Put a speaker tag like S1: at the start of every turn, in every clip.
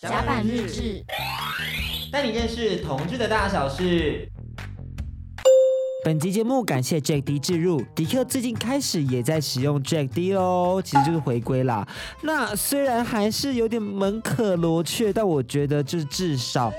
S1: 甲板日志，
S2: 带你认识同志的大小事。
S3: 本集节目感谢 Jack D 置入，迪克最近开始也在使用 Jack D 喽，其实就是回归啦。那虽然还是有点门可罗雀，但我觉得就是至少。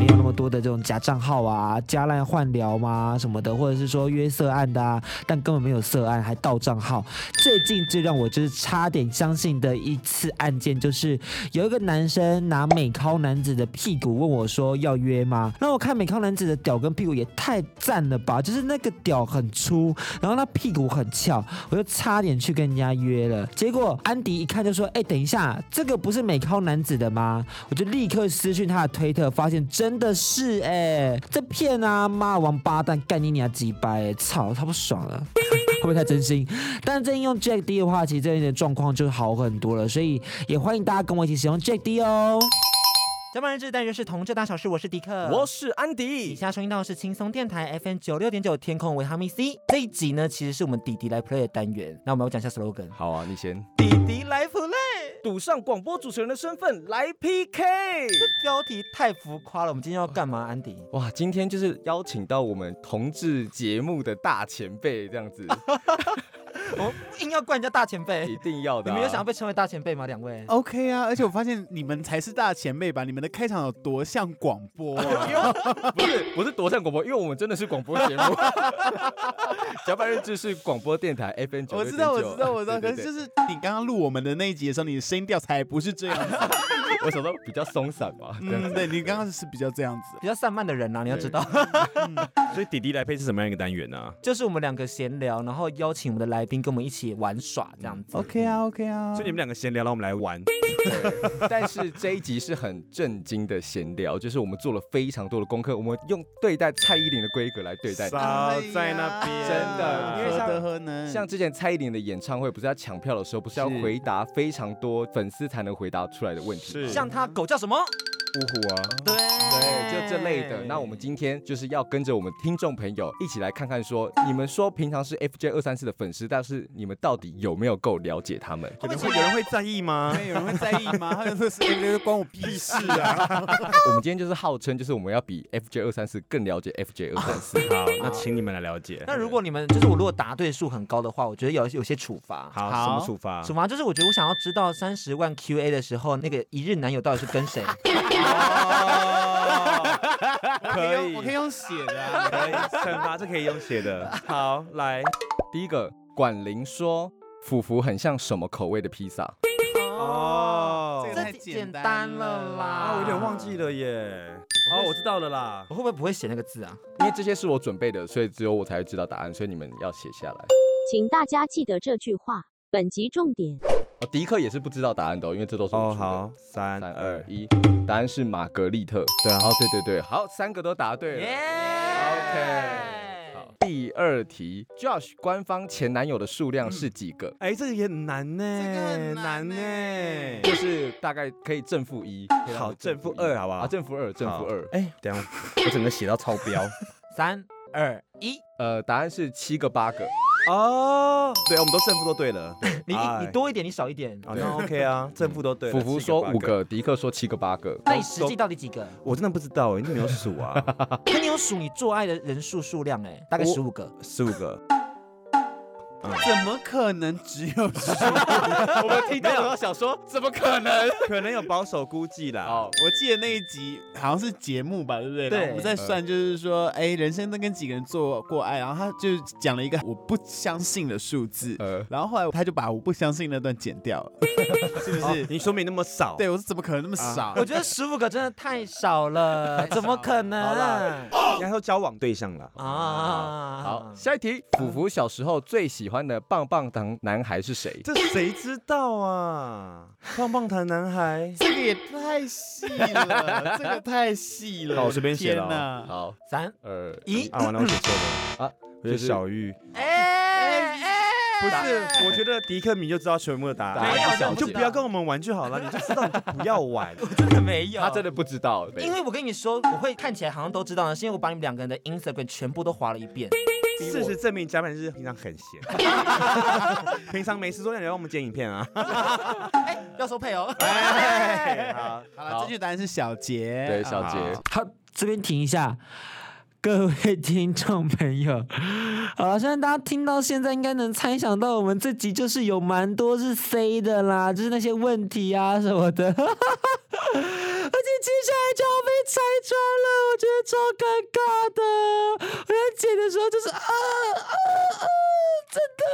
S3: 没有那么多的这种假账号啊、加烂换聊嘛什么的，或者是说约色案的啊，但根本没有色案，还盗账号。最近最让我就是差点相信的一次案件，就是有一个男生拿美尻男子的屁股问我说要约吗？那我看美尻男子的屌跟屁股也太赞了吧，就是那个屌很粗，然后他屁股很翘，我就差点去跟人家约了。结果安迪一看就说：“哎，等一下，这个不是美尻男子的吗？”我就立刻私讯他的推特，发现真的是哎、这骗啊！妈，王八蛋，干你娘鸡巴！哎，操，他不爽了。会不会太真心？但这应用 Jack D 的话，其实这边的状况就好很多了，所以也欢迎大家跟我一起使用 Jack D 哦。
S2: 甲板日志带你认识同志大小事，我是迪克，
S4: 我是安
S2: 以
S4: 迪，
S2: 下收听到的是轻松电台 FM 九六点九天空维他命 C 这一集呢，其实是我们弟弟来 play 的单元。那我们要讲一下 slogan，
S4: 好啊，你先
S2: 弟弟来 play，
S4: 赌上广播主持人的身份来 PK。
S2: 标题太浮夸了。我们今天要干嘛，安迪？
S4: 哇，今天就是邀请到我们同志节目的大前辈，这样 子
S2: 我硬要灌人家大前
S4: 一
S2: 辈，
S4: 定要
S2: 你
S4: 的、啊。
S2: 们有想要被称为大前辈吗？两位？
S5: OK 啊，而且我发现你们才是大前辈吧？你们的开场有多像广播 啊？
S4: 不是不是夺上广播，因为我们真的是广播节目。 甲板日志是广播电台 FM 九
S5: 我知道，我知道，我知道。可是就是是你刚刚录我们的那一集的时候，你的声音调才不是这样子。
S4: 我想到比较松散嘛，这样
S5: 嗯，
S4: 子。
S5: 对你刚刚是比较这样子。
S2: 比较散漫的人啦、啊你要知道，
S6: 所以弟弟来配是什么样一个单元呢、
S2: 就是我们两个闲聊，然后邀请我们的来宾跟我们一起玩耍这样子。
S5: OK 啊，OK 啊
S6: 所以。你们两个闲聊，让我们来玩。
S4: 但是这一集是很震惊的闲聊，就是我们做了非常多的功课，我们用对待蔡依林的规格来对待。
S5: 哎
S6: 少在那边，
S4: 真的因为
S5: 何
S4: 像
S5: 德何能？
S4: 像之前蔡依林的演唱会，不是要抢票的时候，不是要
S6: 嗯是
S4: 回答非常多粉丝才能回答出来的问题吗，
S6: 是
S2: 像他狗叫什么？
S4: 芜湖啊，
S2: 对
S6: 嗯
S4: 对，就这类的。那我们今天就是要跟着我们听众朋友一起来看看说，你们说平常是 FJ 二三四的粉丝，但是你们到底有没有够了解他们？
S6: 有人会有人会在意吗？
S5: 有人会在意吗？他们说是 就是关我屁事啊！
S4: 我们今天就是号称就是我们要比 FJ 二三四更了解 FJ 二三四。
S6: 嗯好，那请你们来了解。
S2: 那如果你们就是我，如果答对数很高的话，我觉得有有些处罚。
S6: 好，
S5: 好
S6: 什么处罚
S2: 处？罚就是我觉得我想要知道三十万 QA 的时候，那个一日男友到底是跟 谁？
S5: 可 以用，我可以用写的啊。
S6: 可以惩罚，这可以用写的。好，来，
S4: 第一个，管林说。福福很像什么口味的披萨？
S6: 哦
S5: 这个
S2: 这
S5: 太
S2: 简
S5: 简
S2: 单
S5: 单
S2: 了
S5: 了
S2: 啦
S5: 啦
S6: 啊，我有点忘记了耶。哦，我知道了啦。
S2: 我会不会不会写那个字啊？
S4: 因为这些是我准备的，所以只有我才会知道答案，所以你们要写下来。
S1: 请大家记得这句话。本集重点，
S4: 哦，迪克也是不知道答案的、哦，因为这都是我
S6: 哦，
S4: 出的
S6: 好，，三
S4: 三二
S6: 二一，
S4: 一，答案是玛格丽特。
S6: 对啊
S4: 哦，对对对，好，三个都答对了。
S2: 耶
S4: OK，好，第二题，Josh 官方前男友的数量是几个？
S6: 哎，这个也很难呢，
S5: 这个很难呢
S6: 难呢。
S4: 就是大概可以正负一，可以让
S6: 好
S4: 我们
S6: 正负
S4: 一
S6: 二好不好
S4: 啊，正负二，正负二
S6: 好。哎，等一下，我整个写到超标。
S2: 三二一，
S4: 呃，答案是七个八个。
S6: 哦，对，我们都正负都对了。对
S2: 你
S6: 哎
S2: 你多一点，你少一点。
S6: 啊，那 OK 啊，正负都对了。
S4: 福福
S6: 七
S4: 说
S6: 八
S4: 五个，迪克说七个八个。
S2: 那你实际到底几个？
S6: 我真的不知道哎，你没有数啊？
S2: 可你有数你做爱的人数数量哎，大概
S6: 我
S2: 十五个。
S6: 十五个。
S5: 怎么可能只有十？
S4: 我们听到了，想说怎么可能？
S6: 可能有保守估计啦。
S4: 哦，
S5: 我记得那一集好像是节目吧，对不对？
S2: 对
S5: 然后我们在算，就是说，哎、人生都跟几个人做过爱，然后他就讲了一个我不相信的数字，
S4: 呃，
S5: 然后后来他就把我不相信那段剪掉了，是不
S6: 哦
S5: 是？
S6: 你说明那么少，
S5: 对，我是怎么可能那么少？，
S2: 我觉得十五个真的太少了，怎么可
S6: 好
S2: 能
S6: 啦？应该说交往对象啦。
S2: 啊，
S4: 好，下一题，福福小时候最喜欢的棒棒糖男孩是谁？
S6: 这谁知道啊？棒棒糖男孩
S5: 这个也太细了，这个太细了。
S6: 好我随便写了哦
S5: 天哪
S4: 好，
S2: 三
S4: 二
S2: 一，
S6: 啊，完了，我写错
S4: 啊
S6: 了啊，我写小玉，
S2: 哎哎，
S6: 不是，我觉得迪克米就知道全部的答
S4: 答案
S6: 案，
S4: 是小
S6: 你就
S4: 玉
S6: 不要跟我们玩就好了，你就知道你就不要玩。
S2: 我真的没有，
S4: 他真的不知道，对
S2: 因为我跟你说，我会看起来好像都知道呢，是因为我把你们两个人的 Instagram 全部都划了一遍，
S4: 逼
S6: 事
S4: 我
S6: 实证明，甲板日平常很闲，平常没事做，那你来帮我们剪影片啊。
S2: 要收配哦。
S6: 好，
S5: 好了，正确答案是小杰。啊
S4: 对小杰
S6: 好
S3: 好，这边停一下，各位听众朋友， 好了，相信大家听到现在应该能猜想到，我们这集就是有蛮多是 C 的啦，就是那些问题啊什么的。而且接 下来就要被拆穿了，我觉得超尴尬的。我在剪的时候就是啊啊啊！真的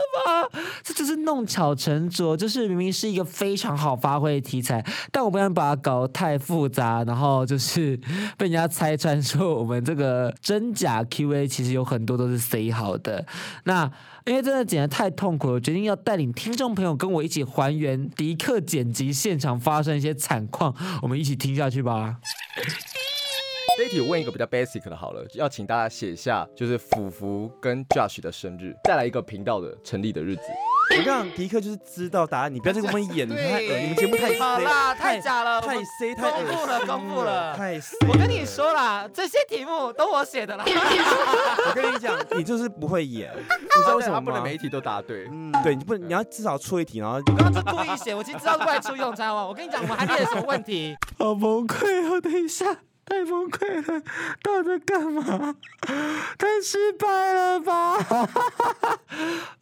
S3: 吗？这就是弄巧成拙，就是明明是一个非常好发挥的题材，但我不想把它搞得太复杂，啊然后就是 被人家拆穿说我们这个真假 Q&A 其实有很多都是 C 好的。那因为真的剪得太痛苦了，我决定要带领听众朋友跟我一起还原迪克剪辑现场发生一些惨况，我们一起听下去吧。
S4: 这一题我问一个比较 basic 的好了，要请大家写下就是福福跟 Josh 的生日，再来一个频道的成立的日子。
S6: 我刚迪克就是知道答案，你不要再给我们演，
S5: 对
S6: 太哎恶你们节目太 C，
S2: 好啦，太假了，
S6: 太
S2: 我
S6: C，太恶
S2: 公布
S6: 心
S2: 了公布了
S6: 太 C。
S2: 我跟你，说啦，这些题目都我写的啦。
S6: 我跟你讲，你就是不会演，你知道为什么
S4: 他不能
S6: 吗
S4: 每？一题都答对。
S5: 嗯，
S6: 对你不能，你要至少出一题，然后
S2: 我刚刚是故意写，我其实知道是外出用餐哦。我跟你讲，我们还列了什么问题？
S3: 好崩溃哦！等一下，太崩溃了，到底在干嘛？太失败了吧！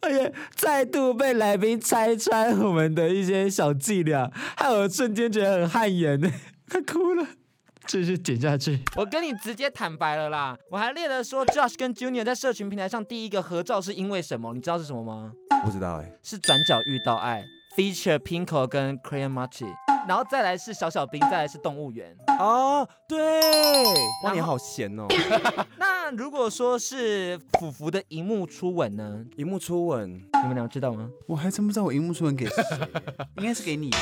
S3: 而且哎再度被来宾拆穿我们的一些小伎俩，害我瞬间觉得很 汗颜呢，快哭了。继续剪下去，
S2: 我跟你直接坦白了啦，我还列了说 Josh 跟 Junior 在社群平台上第一个合照是因为什么？你知道是什么吗？
S6: 不知道哎，
S2: 是转角遇到爱，feature Pinko 跟 Crayon Machi，然后再来是小小兵，再来是动物园。
S6: 哦，对，哇，你
S2: 然后
S6: 好闲哦，
S2: 那如果说是福福的荧幕初吻呢？
S6: 荧幕初吻
S2: 你们俩知道吗？
S5: 我还真不知道我荧幕初吻给谁，应该是给你吧。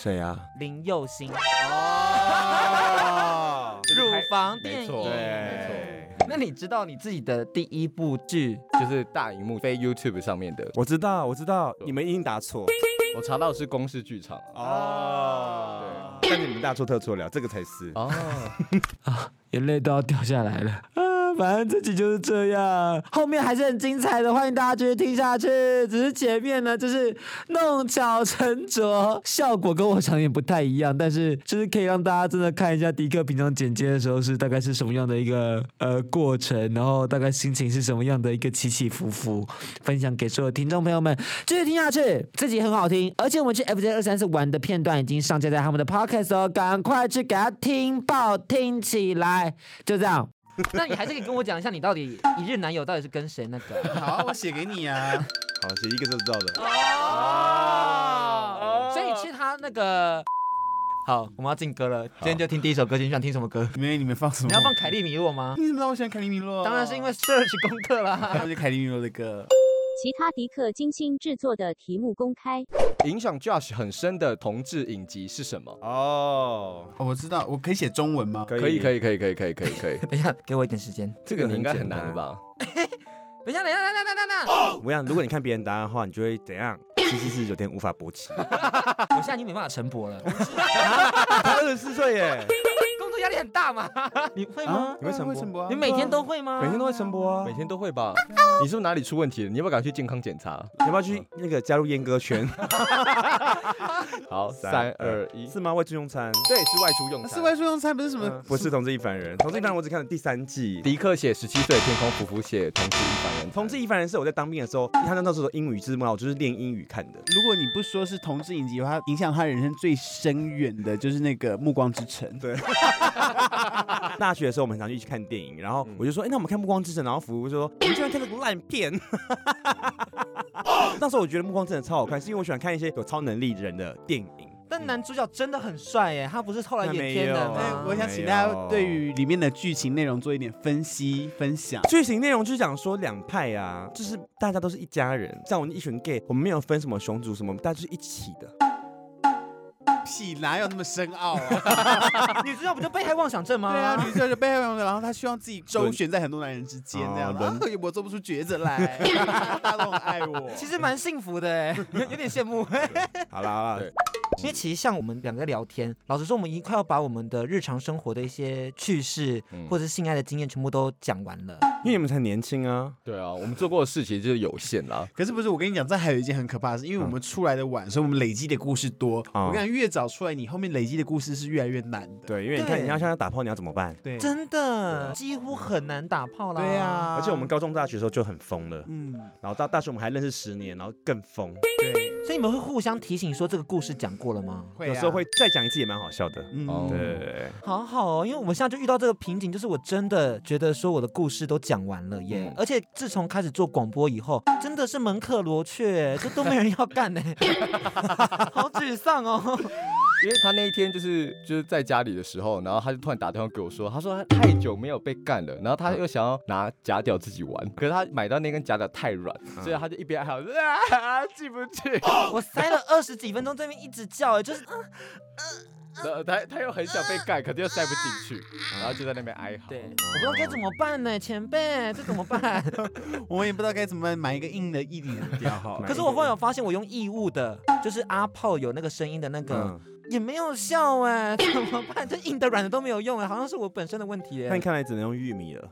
S6: 谁啊？
S2: 林佑星
S5: 哦，
S2: 乳房电
S4: 没错
S2: 影。
S4: 没
S2: 那你知道你自己的第一部剧？
S4: 错，就是大荧幕非 YouTube 上面的，
S6: 我知道，我知道，你们一定答错
S4: 我查到是公式剧场。啊
S6: 哦，但是你们大错特错了，这个才是。
S4: 哦，
S3: 眼泪都要掉下来了。啊，反正这集就是这样，后面还是很精彩的，欢迎大家继续听下去。只是前面呢，就是弄巧成拙，效果跟我想的也不太一样，但是就是可以让大家真的看一下迪克平常剪接的时候是大概是什么样的一个呃过程，然后大概心情是什么样的一个起起伏伏，分享给所有听众朋友们。继续听下去，这集很好听，而且我们去 FJ 二三四玩的片段已经上架在他们的 Podcast 哦，赶快去给它听爆听起来，就这样。
S2: 那你还是可以跟我讲一下，你到底一日男友到底是跟谁那个啊？
S5: 好，我写给你啊。
S6: 好，写一个就知道的。
S2: 哦，所以是他那个。好，我们要进歌了，今天就听第一首歌。你想听什么歌？
S5: 没有你们放什么？
S2: 你要放凯莉米洛吗？
S5: 你怎么知道我喜欢凯利米洛？
S2: 当然是因为 search 功课啦。
S5: 他是凯利米洛的歌。
S1: 其他迪克精心制作的题目公开，
S4: 影响 Josh 很深的同志影集是什么？
S6: 哦，
S5: 哦，我知道，我可以写中文吗？
S4: 可以，可
S6: 以，
S4: 以，可以，可以，可以，可以，可 以。
S2: 等一下，给我一点时间。
S4: 这个你应该很啊
S6: 这个很简单
S4: 难了吧？
S2: 等一下，等一下，等一下，等一下，等一
S6: 我想，如果你看别人答案的话，你就会怎样？七七四十九天无法勃起。
S2: 下，我现在已经没办法晨勃了，
S6: 才二十四岁耶，
S2: 工作压力很大嘛。 你会吗？
S6: 你会晨勃
S5: 勃啊
S2: 你每天都会吗？
S6: 每天都会晨勃啊
S4: 每。天都会 吧？你是不是哪里出问题了？你要不要赶快去健康检查？
S6: 你要不要去那个加入阉割圈？
S4: 好，三二一，
S6: 是吗？外出用餐，
S4: 对，是外出用
S5: 是
S4: 餐。
S5: 外出用餐，不是什么
S6: 嗯，不是同志一凡人，同志一凡人我只看了第三季。
S4: 迪克写十七岁天空，福福写同志一凡人，
S6: 同志一凡人是我在当兵的时候，他那时候有英语字幕啊，我就是练英语看的。
S5: 如果你不说是同志影集的话，影响他人生最深远的就是那个《暮光之城》。
S6: 对
S4: 啊
S6: 大学的时候我们很常一起看电影，
S4: 嗯
S6: 然后我就说，哎、那我们看《暮光之城》，然后福福说，我们居然看这个烂片。 那时候我觉得《暮光之城》超好看，是因为我喜欢看一些有超能力人的电影。
S2: 但男主角真的很帅耶，他不是后来演
S6: 那没
S2: 天的
S6: 有
S5: 所以
S2: 吗？
S5: 哎我想请大家对于里面的剧情内容做一点分析分享。
S6: 剧情内容就是讲说两派啊，就是大家都是一家人，像我们一群 gay，我们没有分什么熊族什么，大家就是一起的。
S5: 屁，哪有那么深奥 啊？
S2: 你知道不就被害妄想症吗？
S5: 对啊，女生是被害妄想，然后她希望自己周
S6: 轮
S5: 旋在很多男人之间这样
S6: 哦
S5: 子，啊我做不出抉择来，大家都很爱我。
S2: 其实蛮幸福的哎，有有点羡慕。
S6: 好啦好啦
S4: 对，
S2: 因为其实像我们两个聊天，老实说，我们已经快要把我们的日常生活的一些趣事、
S4: 嗯
S2: 或者是性爱的经验全部都讲完了。
S6: 因为你们才年轻啊。
S4: 对啊，我们做过的事情就是有限啦。
S5: 可是不是，我跟你讲，这还有一件很可怕的事，因为我们出来的晚，所以我们累积的故事多。
S6: 嗯
S5: 我跟你讲，越早出来，你后面累积的故事是越来越难的。
S6: 对，因为你看，
S2: 对
S6: 你要像要打炮，你要怎么办？
S5: 对对
S2: 真的几乎很难打炮啦。
S5: 对啊，
S6: 而且我们高中、大学的时候就很疯了，
S5: 嗯，
S6: 然后到大学我们还认识十年，然后更疯，
S5: 对，
S2: 所以你们会互相提醒说这个故事讲过了吗？
S5: 会啊
S6: 有时候会再讲一次也蛮好笑的。
S5: 嗯
S4: 哦
S6: 对对，对
S2: 好好哦，因为我们现在就遇到这个瓶颈，就是我真的觉得说我的故事都讲完了耶，
S4: 嗯
S2: 而且自从开始做广播以后，真的是门可罗雀，这都没人要干 呢， 好沮丧哦。
S4: 因为他那一天就是就是在家里的时候，然后他就突然打电话给我说，他说他太久没有被干了，然后他又想要拿假屌自己玩，可是他买到那根假屌太软，所以他就一边喊啊进不去，
S2: 我塞了二十几分钟，这边一直叫哎，就是、嗯
S4: 然后他他又很想被干，可是又塞不进去，然后就在那边哀嚎。
S2: 对，我不知道该怎么办呢，前 辈，这怎么办？
S5: 我们也不知道该怎么买一个硬的一点比较好。
S2: 可是我后来有发现，我用异物的，就是阿炮有那个声音的那个，
S6: 嗯，
S2: 也没有效哎， 怎么办？这硬的软的都没有用哎，好像是我本身的问题
S6: 那
S2: 哎
S6: 你。看来只能用玉米了。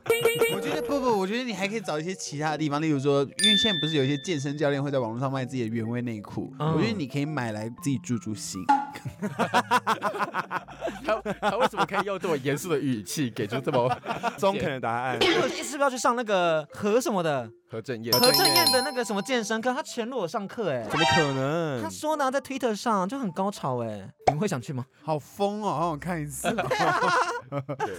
S5: 我觉得不不，我觉得你还可以找一些其他的地方，例如说，因为现在不是有一些健身教练会在网络上卖自己的原味内裤，
S2: 嗯
S5: 我觉得你可以买来自己助助兴。
S4: 他他为什么可以用这么严肃的语气给出这么
S6: 中肯的答案，
S2: 因为我是不是要去上那个呃和什么的
S4: 何正业？
S2: 何正燕的那个什么健身课？他全裸上课哎、
S6: 怎么可能
S2: 他？说呢，在 Twitter 上就很高潮哎、你们会想去吗？
S5: 好疯哦，好想看一次。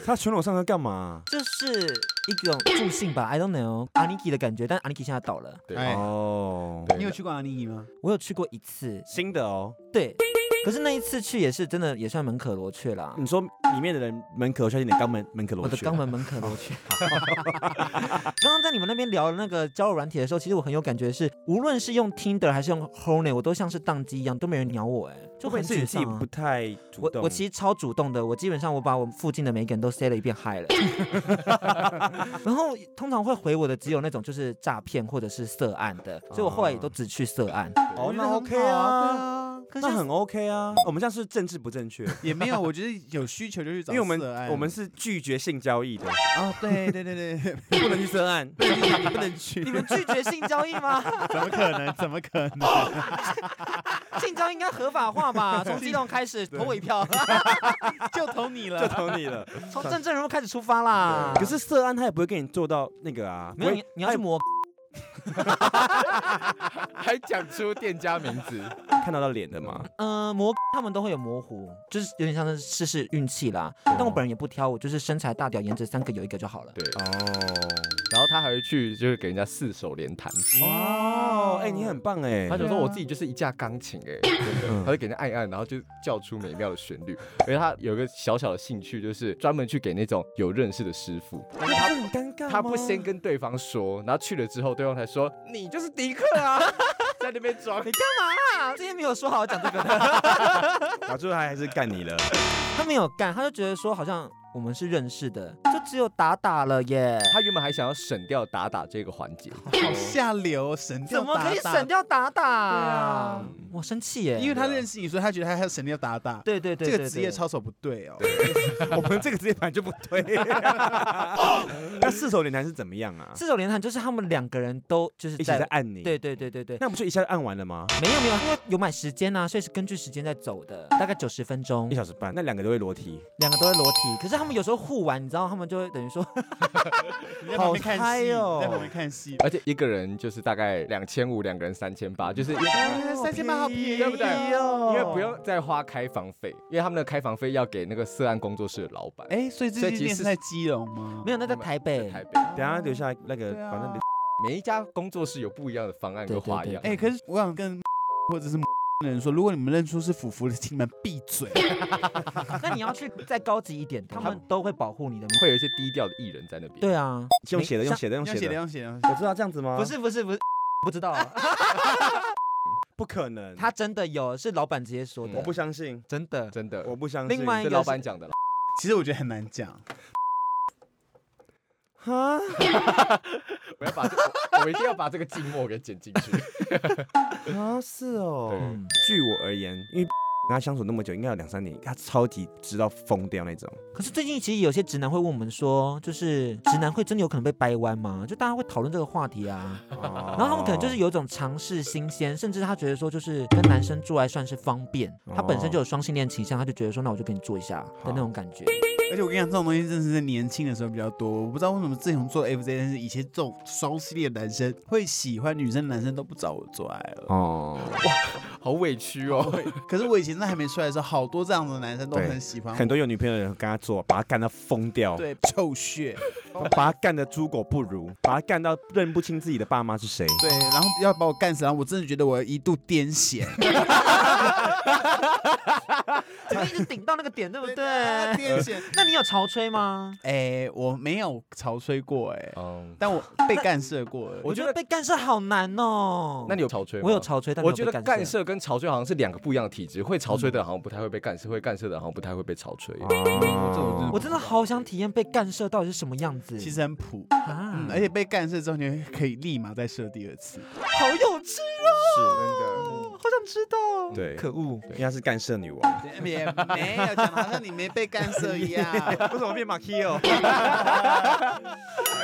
S6: 他全裸上课干嘛？
S2: 就是一种助兴吧，I don't know，阿尼基的感觉，但阿尼基现在倒了。
S4: 对
S5: 哎
S6: 哦，
S4: 对
S5: 你有去过阿尼吗？
S2: 我有去过一次，
S6: 新的哦。
S2: 对，可是那一次去也是真的也算门可罗雀啦。
S6: 你说里面的人门可罗雀，你的肛门门可罗
S2: 我
S6: 雀，
S2: 的肛门门可罗雀。刚刚在你们那边聊那个交友软体的时候，其实我很有感觉是，无论是用 Tinder 还是用 Hornet，我都像是宕机一样，都没人鸟我哎、就
S6: 就会
S2: 很
S6: 是你
S2: 沮
S6: 自己
S2: 丧、啊
S6: 不。太主
S2: 我
S6: 动。
S2: 我其实超主动的，我基本上我把我附近的每一个人都 say 了一遍嗨了， 然后通常会回我的只有那种就是诈骗或者是色案的，所以我后来也都只去色案。
S6: 哦，那
S5: 我觉
S6: OK
S5: 得很好
S6: 啊，
S5: 啊，
S2: 可是
S6: 那很 OK 啊。我们这样是政治不正确，
S5: 对啊也没有，我觉得有需求就去找
S6: 因
S5: 色案。
S6: 为我们我们是拒绝性交 易的，
S5: 啊，对对对对，
S6: 不能去涉案。
S5: 对你不能去
S2: 你，们拒绝性交易吗？
S5: 怎么可能？怎么可能？
S2: 性交易应该合法化 吧？从激动开始投我一票，
S5: 就投你
S6: 就
S5: 了。
S6: 投你了，
S2: 从正正人物开始出发啦。
S6: 可是涉案他也不会跟你做到那个啊，
S2: 没有
S6: 不
S2: 你
S6: 会，
S2: 你要去
S6: 他
S2: 磨，
S4: 还讲出店家名字，
S6: 也看得到脸的嘛。
S2: 嗯，磨他们都会有模糊，就是有点像是试试运气啦。但我本人也不挑，我就是身材、大屌、颜值三个有一个就好了。
S4: 对，
S6: 哦，
S4: 然后他还会去就是给人家四手联弹，
S6: 哦哇，哎，你很棒哎
S4: 他，想说我自己就是一架钢琴哎、真的
S6: 嗯
S4: 他就给人家按一按，然后就叫出美妙的旋律。而且他有一个小小的兴趣，就是专门去给那种有认识的师傅，
S6: 那不是很尴尬吗
S4: 他不先跟对方说，然后去了之后，对方才说你就是迪克啊，在那边装。
S2: 啊，之前没有说好讲这个的，
S6: 然后最后他还是干你了。
S2: 他没有干，他就觉得说好像我们是认识的，就只有打打了耶。
S4: 他原本还想要省掉打打这个环节，
S5: 好下流，神
S2: 怎
S5: 掉
S2: 么可以
S5: 打打
S2: 省？掉打打？
S5: 啊
S2: 我生气耶，
S5: 因为他认识你，所以他觉得他还要神掉打打。
S2: 对对对
S5: 这
S2: 对
S5: 个职业
S2: 对
S5: 操守不啊对哦。
S6: 我们这个职业版就不 对。那四手联弹是怎么样啊？
S2: 四手连弹就是他们两个人都就是
S6: 一起在按你。
S2: 对，对对对对，
S6: 那不就一下就按完了吗？
S2: 没有没有，因为有买时间啊呐、所以是根据时间在走的，大概九十分钟
S6: 一，小时半，那两个都会裸体，
S2: 两个都会裸体。可是他们有时候互玩，你知道，他们就会等于说，
S5: 你在旁边看
S6: 好嗨
S5: 戏，
S6: 哦
S5: 你在旁边看戏。
S4: 而且一个人就是大概两千五，两个人三千八，就是因为
S5: 三千八好便宜
S4: 对不对
S6: 哦
S4: 因为不用再花开房费，因为他们的开房费要给那个涉案工作室的老板。
S5: 哎，所以这
S4: 所
S5: 间
S4: 以其实
S5: 店是在基隆吗？
S2: 没有，那在台北，
S4: 台北
S6: 等一下留下那个，
S5: 对啊
S6: 反正
S4: 每一家工作室有不一样的方案跟花样。
S2: 对
S5: 哎，可是我想跟 或者是的人说，如果你们认出是腐腐的，请你们闭嘴。
S2: 那你要去再高级一点，他们都会保护你的。
S4: 会有一些低调的艺人在那边。
S2: 对啊，
S6: 用写的，用
S2: 像
S6: 写的，用
S5: 要
S6: 写
S5: 写的
S6: 的。
S5: 要写的，
S6: 我知道这样子吗？
S2: 不，是不是不是，不知道啊。
S6: 不可能，
S2: 他真的有，是老板直接说的，
S6: 我不相信，
S2: 真的。
S4: 真的，
S6: 我不相信。
S2: 另外一
S4: 是
S2: 个
S4: 老板讲的啦。
S5: 其实我觉得很难讲，
S6: 哈，
S4: 我要把这，我我一定要把这个静默给剪进 去。
S6: 啊是哦
S4: 对。
S2: 嗯，
S6: 据我而言，因为跟他相处那么久，应该有两三年，他超级知道疯掉那种。
S2: 可是最近其实有些直男会问我们说，就是直男会真的有可能被掰弯吗？就大家会讨论这个话题啊，然
S4: 哦
S6: 然
S2: 后他们可能就是有一种尝试新鲜，甚至他觉得说就是跟男生做爱算是方便，他本身就有双性恋倾向，他就觉得说那我就跟你做一下的那种感觉。
S5: 而且我跟你讲，这种东西真的是在年轻的时候比较多。我不知道为什么自从做 FZ，但是以前这种双系列的男生会喜欢女生，男生都不找我做爱了。
S6: 哦，
S4: 好委屈
S2: 嗯
S4: 哦。
S5: 可是我以前在还没出来的时候，好多这样子的男生都
S6: 对
S5: 很喜欢
S6: 很
S5: 我，
S6: 多有女朋友的人跟他做，把他干到疯掉，
S5: 对臭血，
S6: 把他干得猪狗不如，把他干到认不清自己的爸妈是谁。
S5: 对，然后要把我干死，然后我真的觉得我一度癫痫，
S2: 怎么一直顶到那个点， 对不对？
S5: 癫痫。
S2: 那你有潮吹吗？
S5: 哎，我没有潮吹过，哎，
S4: 嗯，
S5: 但我被干涉过。哎
S2: 我觉得被干涉好难哦。
S4: 那你有潮吹吗？
S2: 我有。潮吹，但没
S4: 我
S2: 有
S4: 觉
S2: 被
S4: 得干
S2: 干。嗯
S4: 涉跟潮吹好像是两个不一样的体质，会潮吹的好像不太会被干涉，会干涉的好像不太会被潮吹。
S2: 哦
S5: 这我
S6: 哦
S5: 真
S2: 我真的好想体验被干涉到底是什么样子。
S5: 其实很普，
S2: 啊，
S5: 嗯，而且被干涉之后，你会可以立马再射第二次。
S2: 好有趣
S6: 是
S2: 哦，好想知道。
S6: 对
S2: 可恶，
S6: 真的，因为他是干涉女王。
S5: 也没有讲得好像你没被干涉一样。
S6: 哎 为什么变马 k 哦？哎，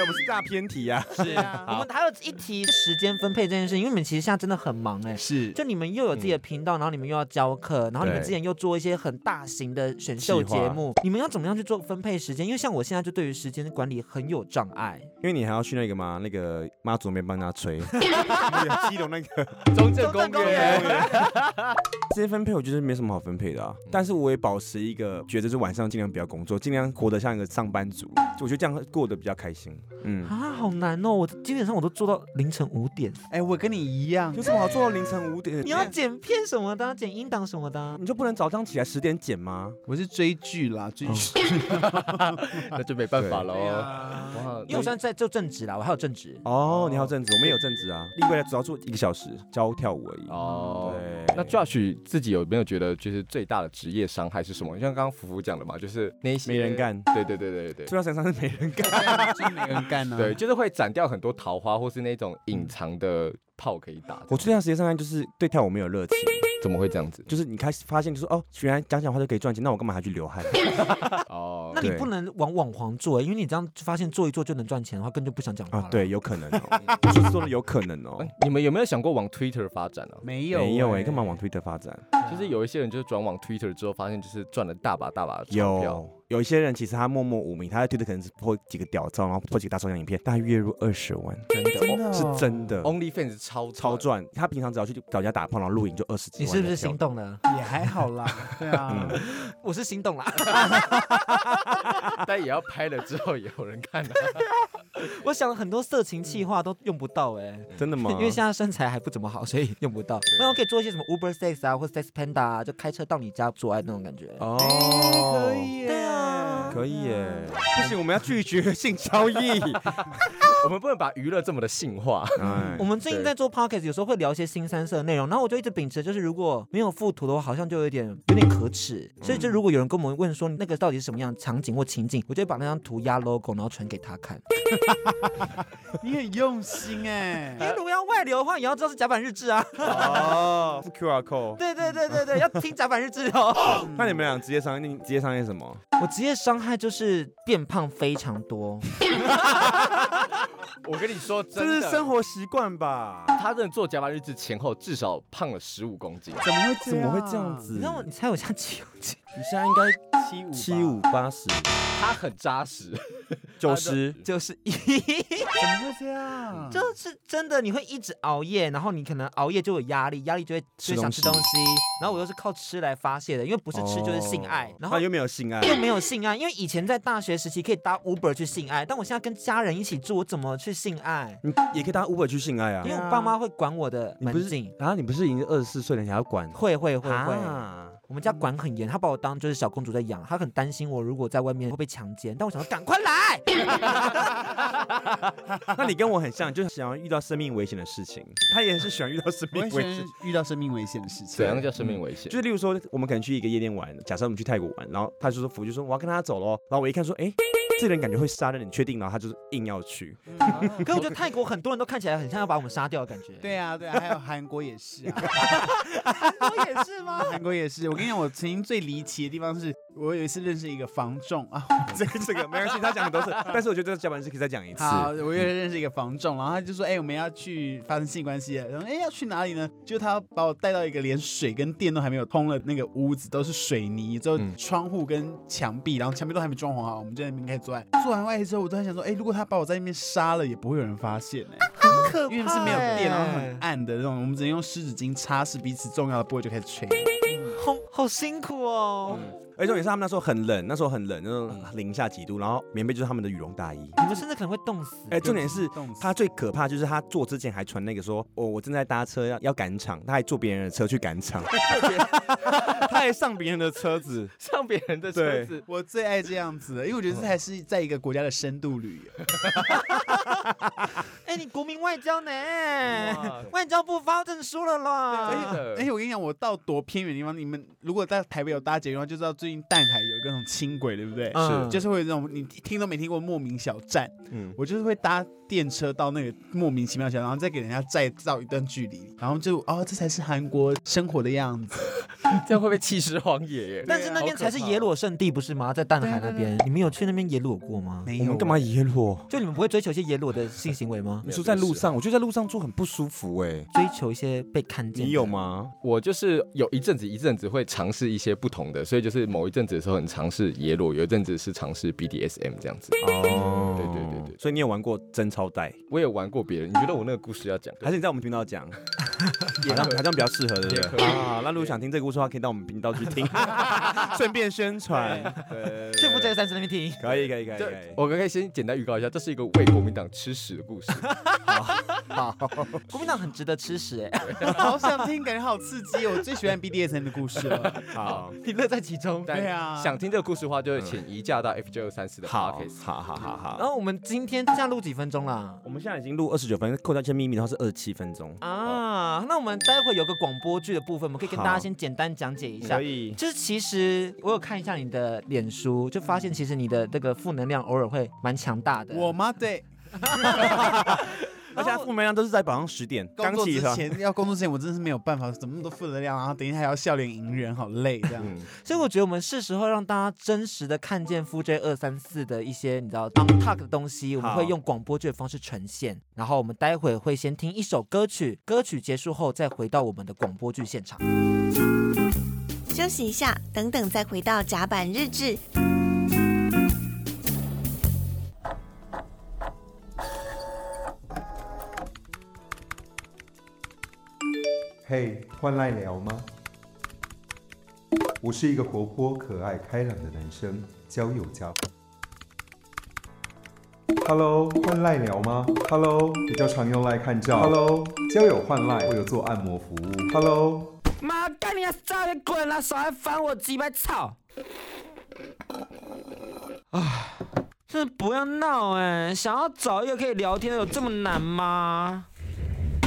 S6: 我们是大偏题啊。
S5: 是啊，
S2: 我
S4: 哦
S2: 们还有一题是时间分配这件事，因为你们其实现在真的很忙哎。
S5: 是
S2: 就你们又有自己的频道，然后你们又要教课，然后你们
S6: 对
S2: 之前又做一些很大型的选秀
S6: 计划
S2: 节目，你们要怎么样去做分配时间？因为像我现在就对于时间管理很有障碍。
S6: 因为你还要去那个嘛，那个妈祖那边帮他 吹，基隆那个
S4: 中正
S2: 公园
S4: 公园，
S6: 这些分配，我觉得没什么好分配的啊。但是我也保持一个觉得是晚上尽量不要工作，尽量活得像一个上班族，我觉得这样过得比较开心。嗯，
S2: 啊，好难哦！我基本上我都做到凌晨五点，
S5: 哎，我跟你一样
S6: 有，什么好做到凌晨五点？
S2: 你要剪片什么的啊，剪音档什么的啊。
S6: 你就不能早上起来十点剪吗？
S5: 我是追剧啦，追剧。
S4: 那就没办法了
S5: 对
S4: 哦。
S5: 啊
S4: 哇
S2: 因为我现在在做正职啦，我还有正职。
S6: 哦，你还有正职，我们也有正职啊。立柜只要做一个小时教跳舞而已。
S4: 哦，
S2: 嗯
S6: 对，
S4: 那 Josh 自己有没有觉得就是最大的职业伤害是什么？像刚刚福福讲的嘛，就是那一些
S6: 没人干
S4: 对对对对对对。
S6: 最到身上是没人干。
S5: 就是没人干啊呢。
S4: 对，，就是会斩掉很多桃花，或是那种隐藏的炮可以打。
S6: 嗯我最大时间上来就是对跳舞没有热情，
S4: 怎么会这样子？
S6: 就是你开始发现，就是哦，原来讲讲话就可以赚钱，那我干嘛还去流汗？
S4: 哦
S2: 那，你
S6: 对
S2: 不能往网黄做、因为你这样发现做一做就能赚钱的话，根本就不想讲话了。
S6: 啊，对，有可能哦，我是说的有可能哦
S4: 哎。你们有没有想过往 Twitter 发展啊？
S5: 没有，欸
S6: 没有哎，干嘛往？Twitter 发展？
S4: 就是有一些人就是转往 Twitter 之后，发现就是赚了大把大把的钞票。
S6: 有有一些人其实他默默无名，他在 Twitter 可能是 po 几个屌照，然后 po 几个大抽奖影片，但他月入二十万，
S5: 真的哦
S6: 是真的。
S4: OnlyFans 超
S6: 超赚，他平常只要去找人家打炮，然后录影就二十几
S2: 你
S6: 万。嗯
S2: 是不是心？动了？
S5: 也还好啦，对啊，
S2: 我是心动啦，
S4: 但也要拍了之后也有人看啊 的、
S2: 我想了很多色情气话都用不到哎、
S6: 真的吗？
S5: 嗯
S2: 因为现在身材还不怎么好，所以用不到。那我可以做一些什么 Uber Sex 啊，或 Sex Panda 啊，就开车到你家做爱那种感觉。
S6: 哦，
S5: 可以耶，
S2: 对哎啊，
S6: 可以耶，不行，我们要拒绝性交易。
S4: 我们不能把娱乐这么的性 化。
S6: 哎
S2: 我，们最近在做 podcast，有时候会聊一些新三色的内容，然后我就一直秉持，就是如果没有附图的话，好像就有点有点可耻。
S6: 嗯
S2: 所以就如果有人跟我们问说那个到底是什么样的场景或情景，我就会把那张图压 logo，然后传给他看。
S5: 你很用心哎
S2: 因。为如果要外流的话，也要知道是甲板日志啊。
S6: 哦，付 QR code。
S2: 对对对
S6: 嗯
S2: 对对，要听甲板日志哦。
S6: 那你们俩职业伤害，你职业伤害什么？
S2: 我职业伤害就是变胖非常多，
S4: 我跟你说，真
S6: 这
S4: 的，
S6: 是生活习惯吧？
S4: 他真的做加班日志前后至少胖了十五公斤。
S6: 怎么会
S5: 怎
S6: 怎
S5: 么
S6: 么
S5: 会
S6: 会
S5: 这
S6: 这
S5: 样
S6: 样
S5: 子
S6: 子？
S2: 你知道我，你猜我现在几公斤？
S6: 你现在应该
S5: 七五
S6: 七五，八十
S2: 呃
S4: 他很扎实，
S6: 九十，
S2: 就是
S6: 嗯
S2: 一，
S5: 怎么会这样？
S2: 就是真的，你会一直熬夜，然后你可能熬夜就有压力，压力就会就
S6: 吃
S2: 会想
S6: 东
S2: 吃
S6: 西
S2: 东西，然后我又是靠吃来发泄的，因为不是吃就是性爱，然后
S6: 他。又没有性爱，
S2: 又没有性爱，因为以前在大学时期可以搭 Uber 去性爱，但我现在跟家人一起住，我怎么去性爱？
S6: 你也可以当 Uber 去性爱啊
S2: 因为。我爸妈会管我的
S6: 你不
S2: 门
S6: 是
S2: 禁，
S6: 啊？你不是已经二十四岁了，你还要管？
S2: 会会会会。
S6: 啊
S2: 我们家管很严，他把我当就是小公主在养，他很担心我如果在外面会被强奸，但我想说赶快来，
S6: 那你跟我很像，就是想要遇到生命危险的事情。他也是喜欢遇到生
S5: 我
S6: 命
S5: 很喜
S6: 危险
S5: 欢，遇到生命危险的事情。啊
S4: 怎样叫生命危险？
S6: 嗯就是例如说，我们可能去一个夜店玩，假设我们去泰国玩，然后他就说服就说我要跟他走咯，然后我一看说，哎，这个人感觉会杀人，你确定？然后他就是硬要去，
S2: 可是我觉得泰国很多人都看起来很像要把我们杀掉的感觉。
S5: 对啊，对啊，还有韩国也是啊，
S2: 我也是吗？
S5: 韩国也是。我跟你讲，我曾经最离奇的地方是，我有一次认识一个房仲啊，
S6: 这个这个没关系，他讲的都是，但是我觉得这个下半是可以嗯再讲一次。
S5: 好，我又认识一个房仲，然后他就说，哎、我们要去发生性关系了，然后哎、要去哪里呢？就他把我带到一个连水跟电都还没有通的那个屋子，都是水泥，之后
S4: 嗯
S5: 窗户跟墙壁，然后墙壁都还没装潢好，我们就在那边开始做爱。做完爱之后，我突然想说，哎、如果他把我在那边杀了，也不会有人发现哎、
S2: 可欸
S5: 因为是没有电，啊然后很暗的那种，我们只能用湿纸巾擦拭彼此重要的部位就开始吹。
S2: 好好辛苦
S5: 嗯
S2: 哦。
S6: 嗯而且重点是他们那时候很冷，那时候很冷，那种零下几度，然后棉被就是他们的羽绒大衣。
S2: 你们甚至可能会冻死。
S6: 哎，重点是
S5: 冻死
S6: 他最可怕就是他坐之前还传那个说，哦，我正在搭车要要赶场，他还坐别人的车去赶 场，他还上别人的车子，
S4: 上别人的车子，
S5: 我最爱这样子的，因为我觉得这还是在一个国家的深度旅游。
S2: 哎、你国民外交呢
S4: 哇？
S2: 外交部发证书了
S6: 哎
S2: 啦。
S4: 的
S5: 而且我跟你讲，我到多偏远的地方，你们如果在台北有搭捷运的话，就知道最近淡海有一个那种轻轨，对不对？
S2: 嗯
S5: 就是会有这种你听都没听过莫名小站，
S6: 嗯，
S5: 我就是会搭电车到那个莫名其妙小站，然后再给人家再造一段距离，然后就哦，这才是韩国生活的样子。
S4: 这样会被弃尸荒野耶。
S2: 但是那
S6: 啊
S2: 边才是野裸圣地，不是吗？在淡海那边，你们有去那边野裸过吗？
S5: 没
S6: 我
S5: 有
S6: 们干？嘛野裸？
S2: 就你们不会追求一些野裸的性行为吗？
S6: 你说在路上，我觉得在路上坐很不舒服哎、
S2: 追求一些被看见？
S6: 你有？吗？
S4: 我就是有一阵子一阵子会尝试一些不同的，所以就是某一阵子的时候很尝试野裸，有一阵子是尝试 BDSM 这样子。
S6: 哦
S4: 对对对对
S6: 所以你有玩过贞操带，
S4: 我也玩过别人，你觉得我那个故事要讲？
S6: 还是你在我们频道讲？好像好像比较适合，对不对？
S4: 也可以
S6: 啊，那如果想听这个故事的话，可以到我们频道去听， 顺便宣传。
S4: 对
S2: 去福州三十那边听。
S6: 可以可以可以
S4: 就
S6: 可以。
S4: 我可以先简单预告一下，这是一个为国民党吃屎的故 事。
S2: 国民党很值得吃屎哎、
S5: 啊好想听，感觉好刺激哦！我最喜欢 BDSM 的故事了。
S6: 好，
S2: 你乐在其中。
S4: 但
S5: 对啊
S4: 想听这个故事的话，就请移驾到 F J 三四的 p o
S6: 嗯好
S4: c a s，t
S6: 好，好，好，
S2: 然
S6: 好。
S2: 后我们今天这样录几分钟啦？
S6: 我们现在已经录二十九分，扣掉一些秘密的话是二十七分钟。
S2: 啊，那我们待会有个广播剧的部分，我们可以跟
S6: 好
S2: 大家先简单讲解一下。
S6: 以，
S2: 就是其实我有看一下你的脸书，就发现其实你的那个负能量偶尔会蛮强大的。
S5: 我吗？对，
S6: 而且它负能量都是在早上十点
S5: 工
S6: 刚
S5: 作
S6: 起
S5: 之
S6: 床。
S5: 前要工作之前，我真的是没有办法，怎么那么多负能量，然后等一下还要笑脸迎人，好累这样。
S2: 所以我觉得我们是时候让大家真实的看见 f J 二三四的一些你知道 on talk 的东西，我们
S6: 好
S2: 会用广播剧的方式呈现。然后我们待会会先听一首歌曲，歌曲结束后再回到我们的广播剧现场。
S7: 休息一下，等等再回到甲板日志。
S8: 嘿，换赖聊吗？我是一个活泼、可爱、开朗的男生，交友加分。Hello，换赖聊吗？Hello，比较常用赖看照。Hello，交友换赖，我有做按摩服务。Hello，
S3: 妈，干你啊！早点滚啦，少来烦我鸡巴操！啊，真的不要闹哎、想要找一个可以聊天的，有这么难吗？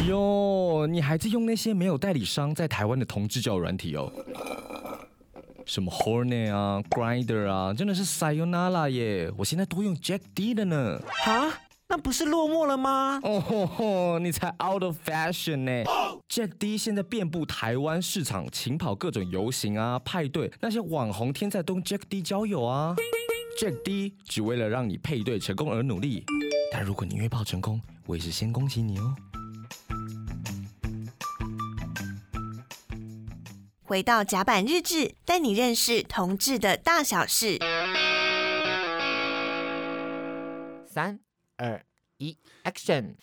S9: 哟，你还在用那些没有代理商在台湾的同志交友软体哦？什么 Hornet 啊、Grinder 啊，真的是 Sayonara 耶！我现在都用 Jack D 的呢。
S3: 啊，那不是落寞了吗？
S9: 哦吼吼，你才 out of fashion 呢！Jack D 现在遍布台湾市场，勤跑各种游行啊、派对，那些网红天才都用 Jack D 交友啊。Jack D 只为了让你配对成功而努力，但如果你约炮成功，我也是先恭喜你哦。
S7: 回到甲板日志，带你认识同志的大小事。
S2: 三、二、一，Action！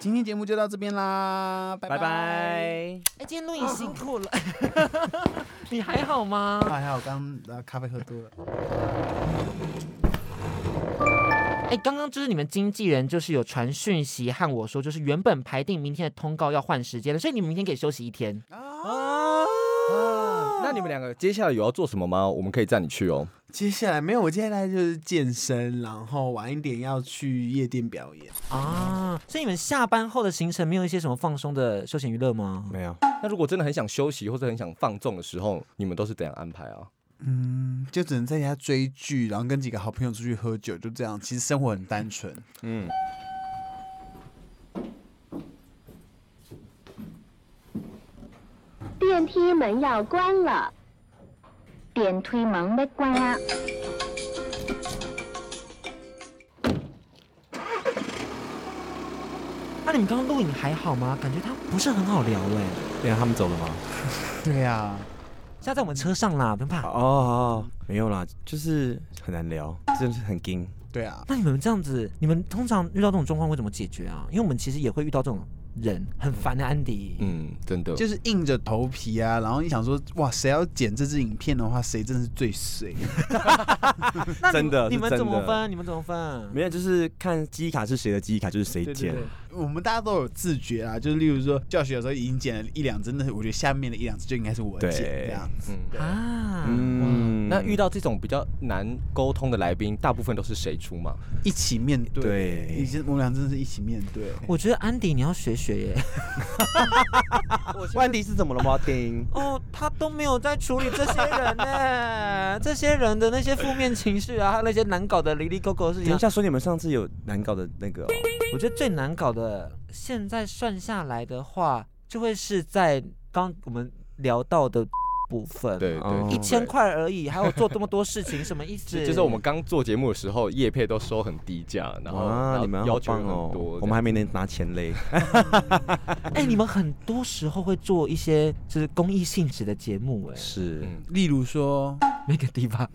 S5: 今天节目就到这边啦，拜
S6: 拜拜。
S2: 哎，今天录影辛苦了， 你还好吗？
S5: 啊，还好刚呃咖啡喝多了，
S2: 哎，刚刚就是你们经纪人就是有传讯息和我说，就是原本排定明天的通告要换时间了，所以你们明天可以休息一天。啊，那
S4: 那你们两个接下来有要做什么吗？我们可以载你去哦。
S5: 接下来没有，我接下来就是健身，然后晚一点要去夜店表演。
S3: 啊，所以你们下班后的行程没有一些什么放松的休闲娱乐吗？
S6: 没有，
S4: 那如果真的很想休息或者很想放纵的时候，你们都是怎样安排啊？
S5: 嗯，就只能在家追剧，然后跟几个好朋友出去喝酒，就这样。其实生活很单纯。
S6: 嗯，
S1: 电梯门要关了，电梯门没关啊。
S3: 啊那、你们刚刚录影还好吗？感觉他不是很好聊哎。
S6: 等一下他们走了吗？
S5: 对啊呀、
S3: 下在我们车上啦，不用怕。
S6: 哦哦，没有啦，就是很难聊，真的是很硬。
S5: 对啊，
S3: 那你们这样子，你们通常遇到这种状况会怎么解决啊？因为我们其实也会遇到这种人，很烦的安迪。
S4: 嗯，真的，
S5: 就是硬着头皮啊。然后一想说，哇，谁要剪这支影片的话，谁真的是最水。
S3: 那你
S6: 真的是
S3: 你们怎么
S6: 真的
S3: 分？你们怎么分？
S6: 没有，就是看记忆卡是谁的记忆卡，就是谁剪。
S5: 我们大家都有自觉啊，就是例如说教学有时候已经剪了一两支，那我觉得下面的一两支就应该是我
S6: 对
S5: 剪这样子。
S4: 嗯。
S3: 啊，
S6: 嗯，
S4: 那遇到这种比较难沟通的来宾，大部分都是谁出马？
S5: 一起面对，
S6: 对
S5: 已经我们俩真的是一起面对。
S3: 我觉得安迪你要学学耶。
S6: 万迪是怎么了吗？丁，
S3: 哦，他都没有在处理这些人呢， 这些人的那些负面情绪啊，还有那些难搞的离离狗狗的事
S6: 等
S3: 情
S6: 一。下说你们上次有难搞的那个哦、
S3: 我觉得最难搞的，现在算下来的话，就会是在刚我们聊到的部分。
S4: 对嗯
S6: 哦
S4: 对，
S3: 一千块而已，还有做这么多事情，什么意思？
S4: 是就是我们刚做节目的时候，叶配都收很低价，然后然
S6: 哇，
S4: 后
S6: 啊你们好
S4: 要求
S6: 棒
S4: 很
S6: 哦
S4: 多，，
S6: 我们还没能拿钱嘞。
S3: 哎、你们很多时候会做一些就是公益性质的节目、哎，
S6: 是
S4: 嗯
S5: 例如说，
S3: 那个地方，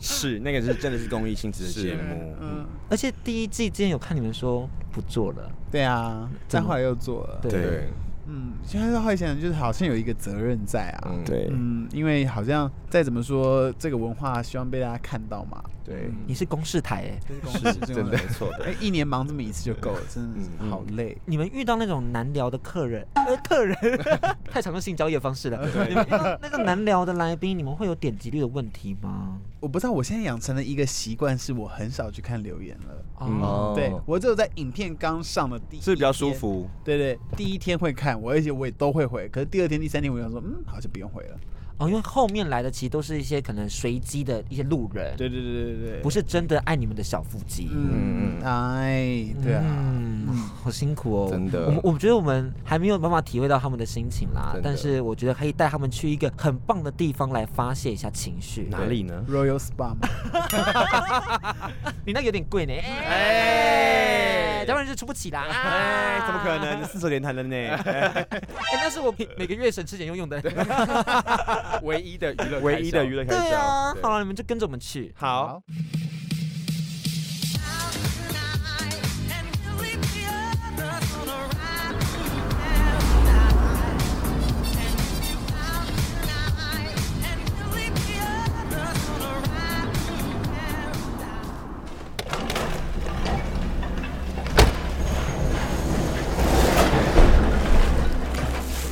S6: 是，那个是真的是公益性质的节目。
S5: 嗯，
S3: 而且第一季之前有看你们说不做了，
S5: 对啊，再后来又做了。
S3: 对，
S4: 对，
S5: 嗯，现在后来想想，就是好像有一个责任在啊。
S4: 嗯，
S6: 对
S5: 嗯，因为好像再怎么说，这个文化希望被大家看到嘛。
S6: 对，
S3: 你是公视台、哎，
S5: 这是公司这
S4: 真
S5: 种
S4: 的
S5: 没错的。哎，一年忙这么一次就够了，真的是好累。
S3: 你们遇到那种难聊的客人，呃，客人 太常用性交易的方式了。你们遇到那个难聊的来宾，你们会有点击率的问题吗？
S5: 我不知道，我现在养成了一个习惯，是我很少去看留言了。
S4: 嗯
S3: 哦，
S5: 对我只有在影片刚上的第一
S6: 嗯是比较舒
S5: 天。
S6: 服。
S5: 对对，第一天会看，我而且我也都会回。可是第二天、第三天，我想说，嗯，好像不用回了。
S3: 哦，因为后面来的其实都是一些可能随机的一些路人，
S5: 对对对对对，
S3: 不是真的爱你们的小腹肌。
S5: 嗯，哎，对啊，
S3: 嗯，好辛苦哦，
S4: 真的
S3: 我们我觉得我们还没有办法体会到他们的心情啦
S4: 真的，
S3: 但是我觉得可以带他们去一个很棒的地方来发泄一下情绪。
S6: 哪里呢？
S5: Royal Spa 嘛，
S3: 你那个有点贵呢，哎，当然是出不起啦。
S6: 哎，
S3: 哎
S6: 怎么可 能？四手连弹的呢？
S3: 哎、那是我每每个月省吃俭用用的。啊
S4: 唯一的娱乐开销，
S6: 唯一的娱乐开
S3: 对
S6: 销。
S3: 啊，
S4: 对
S3: 好了，你们就跟着我们去。
S6: 好，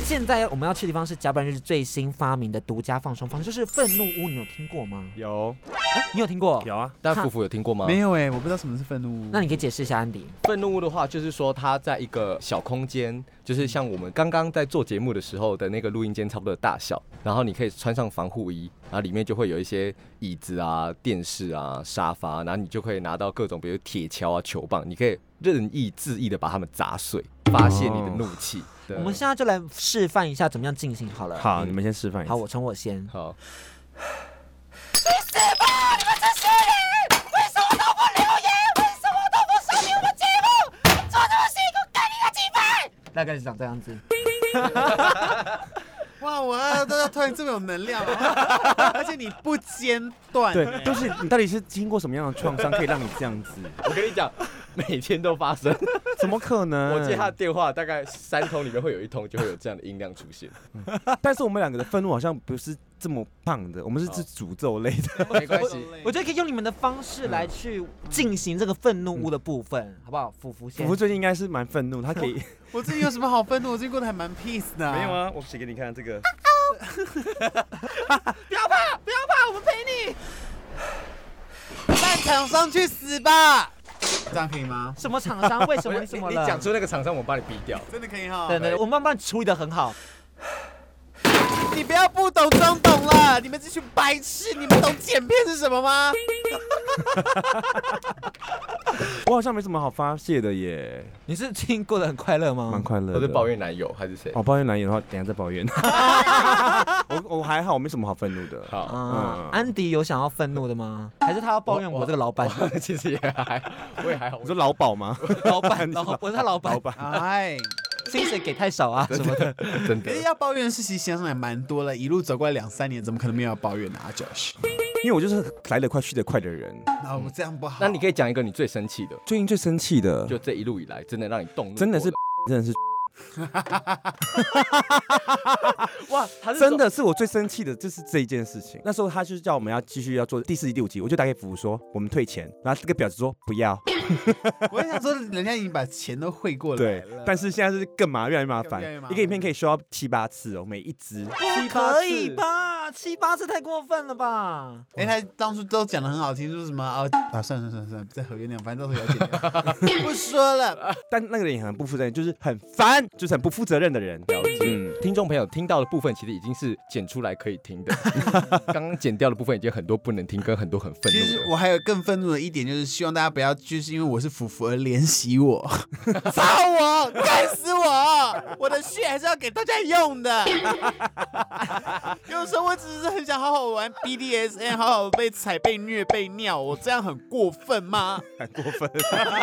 S3: 现在我们要去的地方是甲板日最新发明的独家放松方式，就是愤怒屋，你有听过吗？
S6: 有
S3: 哎、你有听过？
S6: 有啊，
S4: 但福福有听过吗？
S5: 没有哎，我不知道什么是愤怒。
S3: 那你可以解释一下，安迪。
S4: 愤怒屋的话，就是说它在一个小空间，就是像我们刚刚在做节目的时候的那个录音间差不多的大小。然后你可以穿上防护衣，然后里面就会有一些椅子啊、电视啊、沙发，然后你就可以拿到各种，比如铁锹啊、球棒，你可以任意恣意的把它们砸碎，发泄你的怒气。对
S3: 我们现在就来示范一下怎么样进行好了。，
S6: 好，你们先示范一下。
S3: 好，我从我先。
S4: 好，
S3: 大概是长这样子。
S5: 哇，我啊大家突然这么有能量啊， 而且你不间断，
S6: 对，就是你到底是经过什么样的创伤，可以让你这样子？
S4: 我跟你讲，每天都发生。
S6: 怎么可能？
S4: 我接他的电话，大概三通里面会有一通就会有这样的音量出现。
S6: 但是我们两个的愤怒好像不是这么胖的，我们是指诅咒类的。
S4: 没关系，
S3: 我觉得可以用你们的方式来去进行这个愤怒屋的部分，好不好？福福先
S6: 福，福最近应该是蛮愤怒，他可以
S5: 我最近有什么好愤怒？我最近过得还蛮 peace 的、
S10: 没有？啊，我写给你看这个。
S5: 在场上去死吧！这样可以吗？
S3: 什么厂商？为什么？你 怎么
S4: 你
S3: 了？
S4: 讲出那个厂商，我帮你逼掉。
S5: 真的可以哈
S3: 对对，对我们帮你处理的很好。
S5: 你不要不懂装懂了，你们这群白痴，你们懂剪片是什么吗？
S6: 我好像没什么好发泄的耶，
S3: 你是最近过得很快乐吗？
S6: 蛮快乐的。
S4: 我是抱怨男友还是谁？
S6: 哦，抱怨男友的话，等一下再抱怨。我我还好，我没什么好愤怒的。
S4: 好，
S3: 啊
S6: 嗯，
S3: 安迪有想要愤怒的吗？还是他要抱怨我这个老板？
S4: 其实也还，我也还好。
S6: 你 说劳保吗？
S3: 老板，老我是他老板
S6: 老，板，
S5: 哎，
S3: 薪水给太 少啊什么的。
S4: 真
S5: 可
S4: 的
S5: 是要抱怨的事情想想也蛮多了，一路走过来两三年，怎么可能没有要抱怨呢、啊、？Josh，
S6: 因为我就是来得快去得快的人。
S5: 那我这样不好。
S4: 那你可以讲一个你最生气的，
S6: 最近最生气的，
S4: 就这一路以来真的让你动怒，
S6: 真的是真的是
S4: 哇，他是
S6: 真的是我最生气的，就是这一件事情。那时候他就是叫我们要继续要做第四集、第五集，我就打给服务说我们退钱，然后这个婊子说不要，
S5: 我也想说，人家已经把钱都 汇过来
S6: 对
S5: 了，，
S6: 但是现在是更麻越来越麻
S5: 更
S6: 烦
S5: 越来越麻，烦
S6: 一个影片可以修到七八次哦，每一支。
S3: 不可以吧？七八次太过分了吧？
S5: 哎、他当初都讲的很好听，说什么啊啊，算了算了算了，在合约那样，反正到时候也要剪掉，不 说了。
S6: 但那个人也很不负责任，就是很烦，就是很不负责任的人。嗯，
S4: 听众朋友听到的部分，其实已经是剪出来可以听 的。刚刚剪掉的部分已经很多不能听，跟很多很愤
S5: 其
S4: 怒
S5: 实
S4: 的。
S5: 我还有更愤怒的一点，就是希望大家不要就是因为我是福福而怜惜我，操我，干死我，我的血还是要给大家用的。有时候我只是很想好好玩 BDSM，好好被踩、被虐、被尿，我这样很过分吗？
S6: 很过分，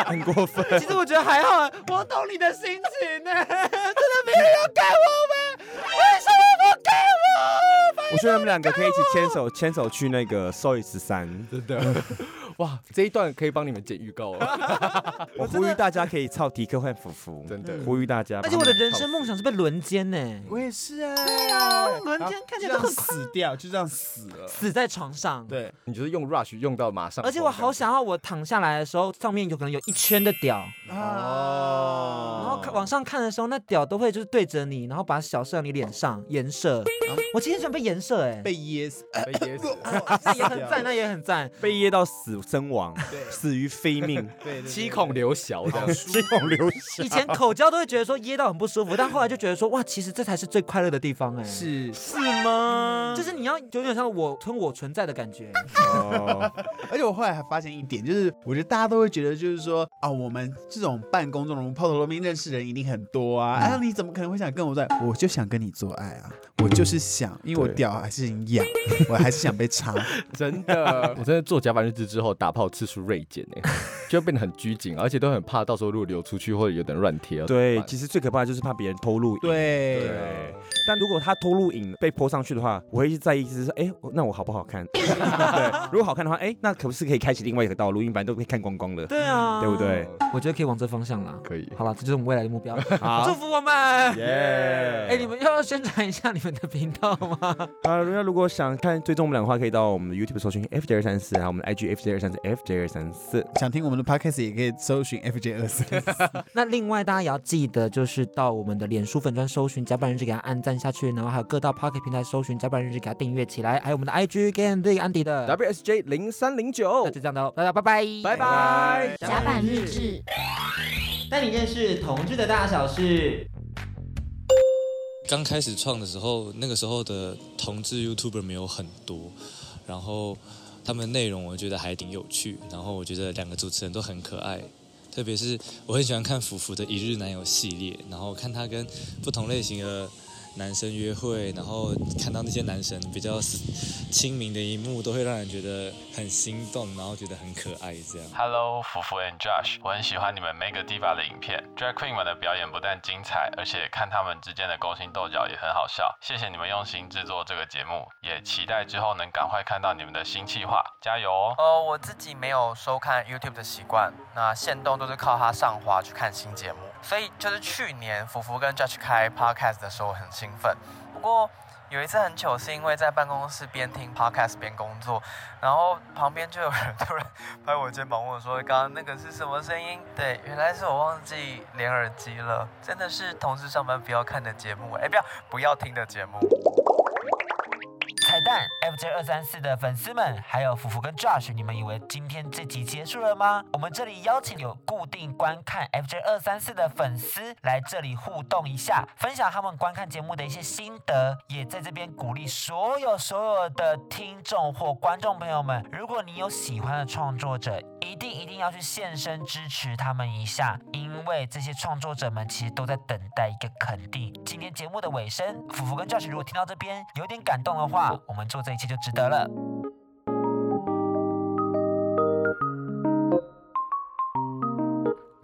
S6: 很过分。
S3: 其实我觉得还好，啊我懂你的心情呢、真的没人要干我们，为什么不干我？
S6: 我觉得他们两个可以一起牵手，牵手去那个 Soy 十三。
S4: 真的，哇，这一段可以帮你们剪预告 哦，
S6: 我呼吁大家可以操迪克换福福，
S4: 真的。
S6: 呼吁大家。
S3: 而且我的人生梦想是被轮奸呢、
S5: 我也是啊，对啊
S3: 轮奸看起来都很快
S5: 死掉，就这样死了。
S3: 死在床上。。
S5: 对，
S4: 你就是用 rush 用到马上，
S3: 而且我好想要，我躺下来的时候，上面有可能有一圈的屌，然后
S5: 哦
S3: 看往上看的时候，那屌都会就是对着你，然后把小射到你脸上，颜射。我今天喜欢被颜射哎、
S5: 被噎死，
S4: 被呃噎死。
S2: 啊
S3: 那也很赞，那也很赞。
S6: 被噎到死身亡，
S5: 对
S6: 死于非命，
S5: 对，对
S4: 七孔流血这样，
S6: 这种流血。
S3: 以前口交都会觉得说噎到很不舒服，但后来就觉得说哇，其实这才是最快乐的地方哎、
S5: 是，
S6: 是吗
S3: 就是你要有点像我吞我存在的感觉，
S6: 哦，
S5: 而且我后来还发现一点，就是我觉得大家都会觉得，就是说啊，我们这种办公这种抛头露面认识的人一定很多啊，啊，你怎么可能会想跟我做爱？我就想跟你做爱啊，我就是想，因为我
S6: 对
S5: 屌还是很痒，我还是想被插。
S4: 真的， 我真的做甲板日志之后，打炮次数锐减哎， 就变得很拘谨，而且都很怕到时候如果流出去或者有的人乱贴，啊
S6: 对，
S4: 怎
S6: 其实最可怕的就是怕别人偷录影。
S5: 对，啊
S6: 对，但如果他偷录影被泼上去的话，我会一直在意，就是哎、我那我好不好看？ 对，如果好看的话，哎、那可不是可以开启另外一个道路？因为反正都被看光光了，
S3: 对
S5: 哦
S3: 啊，
S6: 对不
S4: 么
S6: 对
S4: 办？
S3: 我觉得可以往这方向啦。
S4: 可以，
S3: 好了，这就是我们未来的目标，
S6: 好
S3: 祝，福我们。
S6: 耶！
S3: 哎、你们要宣传一下你们的频道吗？
S6: 啊，那如果想看追踪我们俩的话，可以到我们的 YouTube 搜寻 FJ 二三四，还有我们的 IG FJ 二三四 FJ 二三四。
S5: 想听我们的 podcast 也可以搜寻 FJ 二四。
S3: 那另外大家也要记得，就是到我们的脸书粉专搜寻“甲板日志”给它按赞下去，然后还有各大 Pocket 平台搜寻“甲板日志”给它订阅起来，还有我们的 IG 跟这个安迪的。
S4: WSJ 零三零九
S3: 那，就这样的喽，大家拜拜，
S4: 拜拜。
S1: 甲板日志。
S3: 带你认识同志的大小事。
S2: 刚开始创的时候，那个时候的同志 YouTuber 没有很多，然后他们内容我觉得还挺有趣，然后我觉得两个主持人都很可爱，特别是我很喜欢看福福的《一日男友》系列，然后看他跟不同类型的
S11: 男生约会，然后看到那些男神比较亲民的一幕，都会让人觉得很心动，然后觉得很可爱这样。
S4: Hello，福福 and Josh，我很喜欢你们 Mega Diva 的影片，Drag Queen 们的表演不但精彩，而且看他们之间的勾心斗角也很好笑。谢谢你们用心制作这个节目，也期待之后能赶快看到你们的新计划，加油哦！
S2: 呃，我自己没有收看 YouTube 的习惯，那线动都是靠它上滑去看新节目，所以就是去年福福跟 Judge 开 Podcast 的时候很兴奋，不过有一次很糗，是因为在办公室边听 Podcast 边工作，然后旁边就有人突然拍我肩膀问我说：“刚刚那个是什么声音？”对，原来是我忘记连耳机了，真的是同事上班不要看的节目，哎，不要不要听的节目。
S3: 彩蛋！FJ 二三四的粉丝们，还有福福跟 Josh，你们以为今天这集结束了吗？我们这里邀请有固定观看 FJ 二三四的粉丝来这里互动一下，分享他们观看节目的一些心得，也在这边鼓励所有所有的听众或观众朋友们，如果你有喜欢的创作者，一定一定要去现身支持他们一下，因为这些创作者们其实都在等待一个肯定。今天节目的尾声，福福跟 Josh 如果听到这边有点感动的话，我们做这一切就值得了。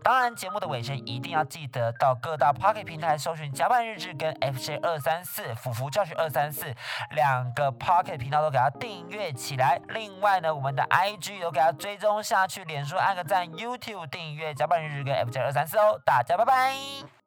S3: 当然，节目的尾声一定要记得到各大 Pocket 平台搜寻“甲板日志”跟 FJ 二三四、福福教学二三四两个 Pocket 频道都给它订阅起来。另外呢，我们的 IG 都给它追踪下去，脸书按个赞，YouTube 订阅“甲板日志”跟 FJ 二三四哦。大家拜拜。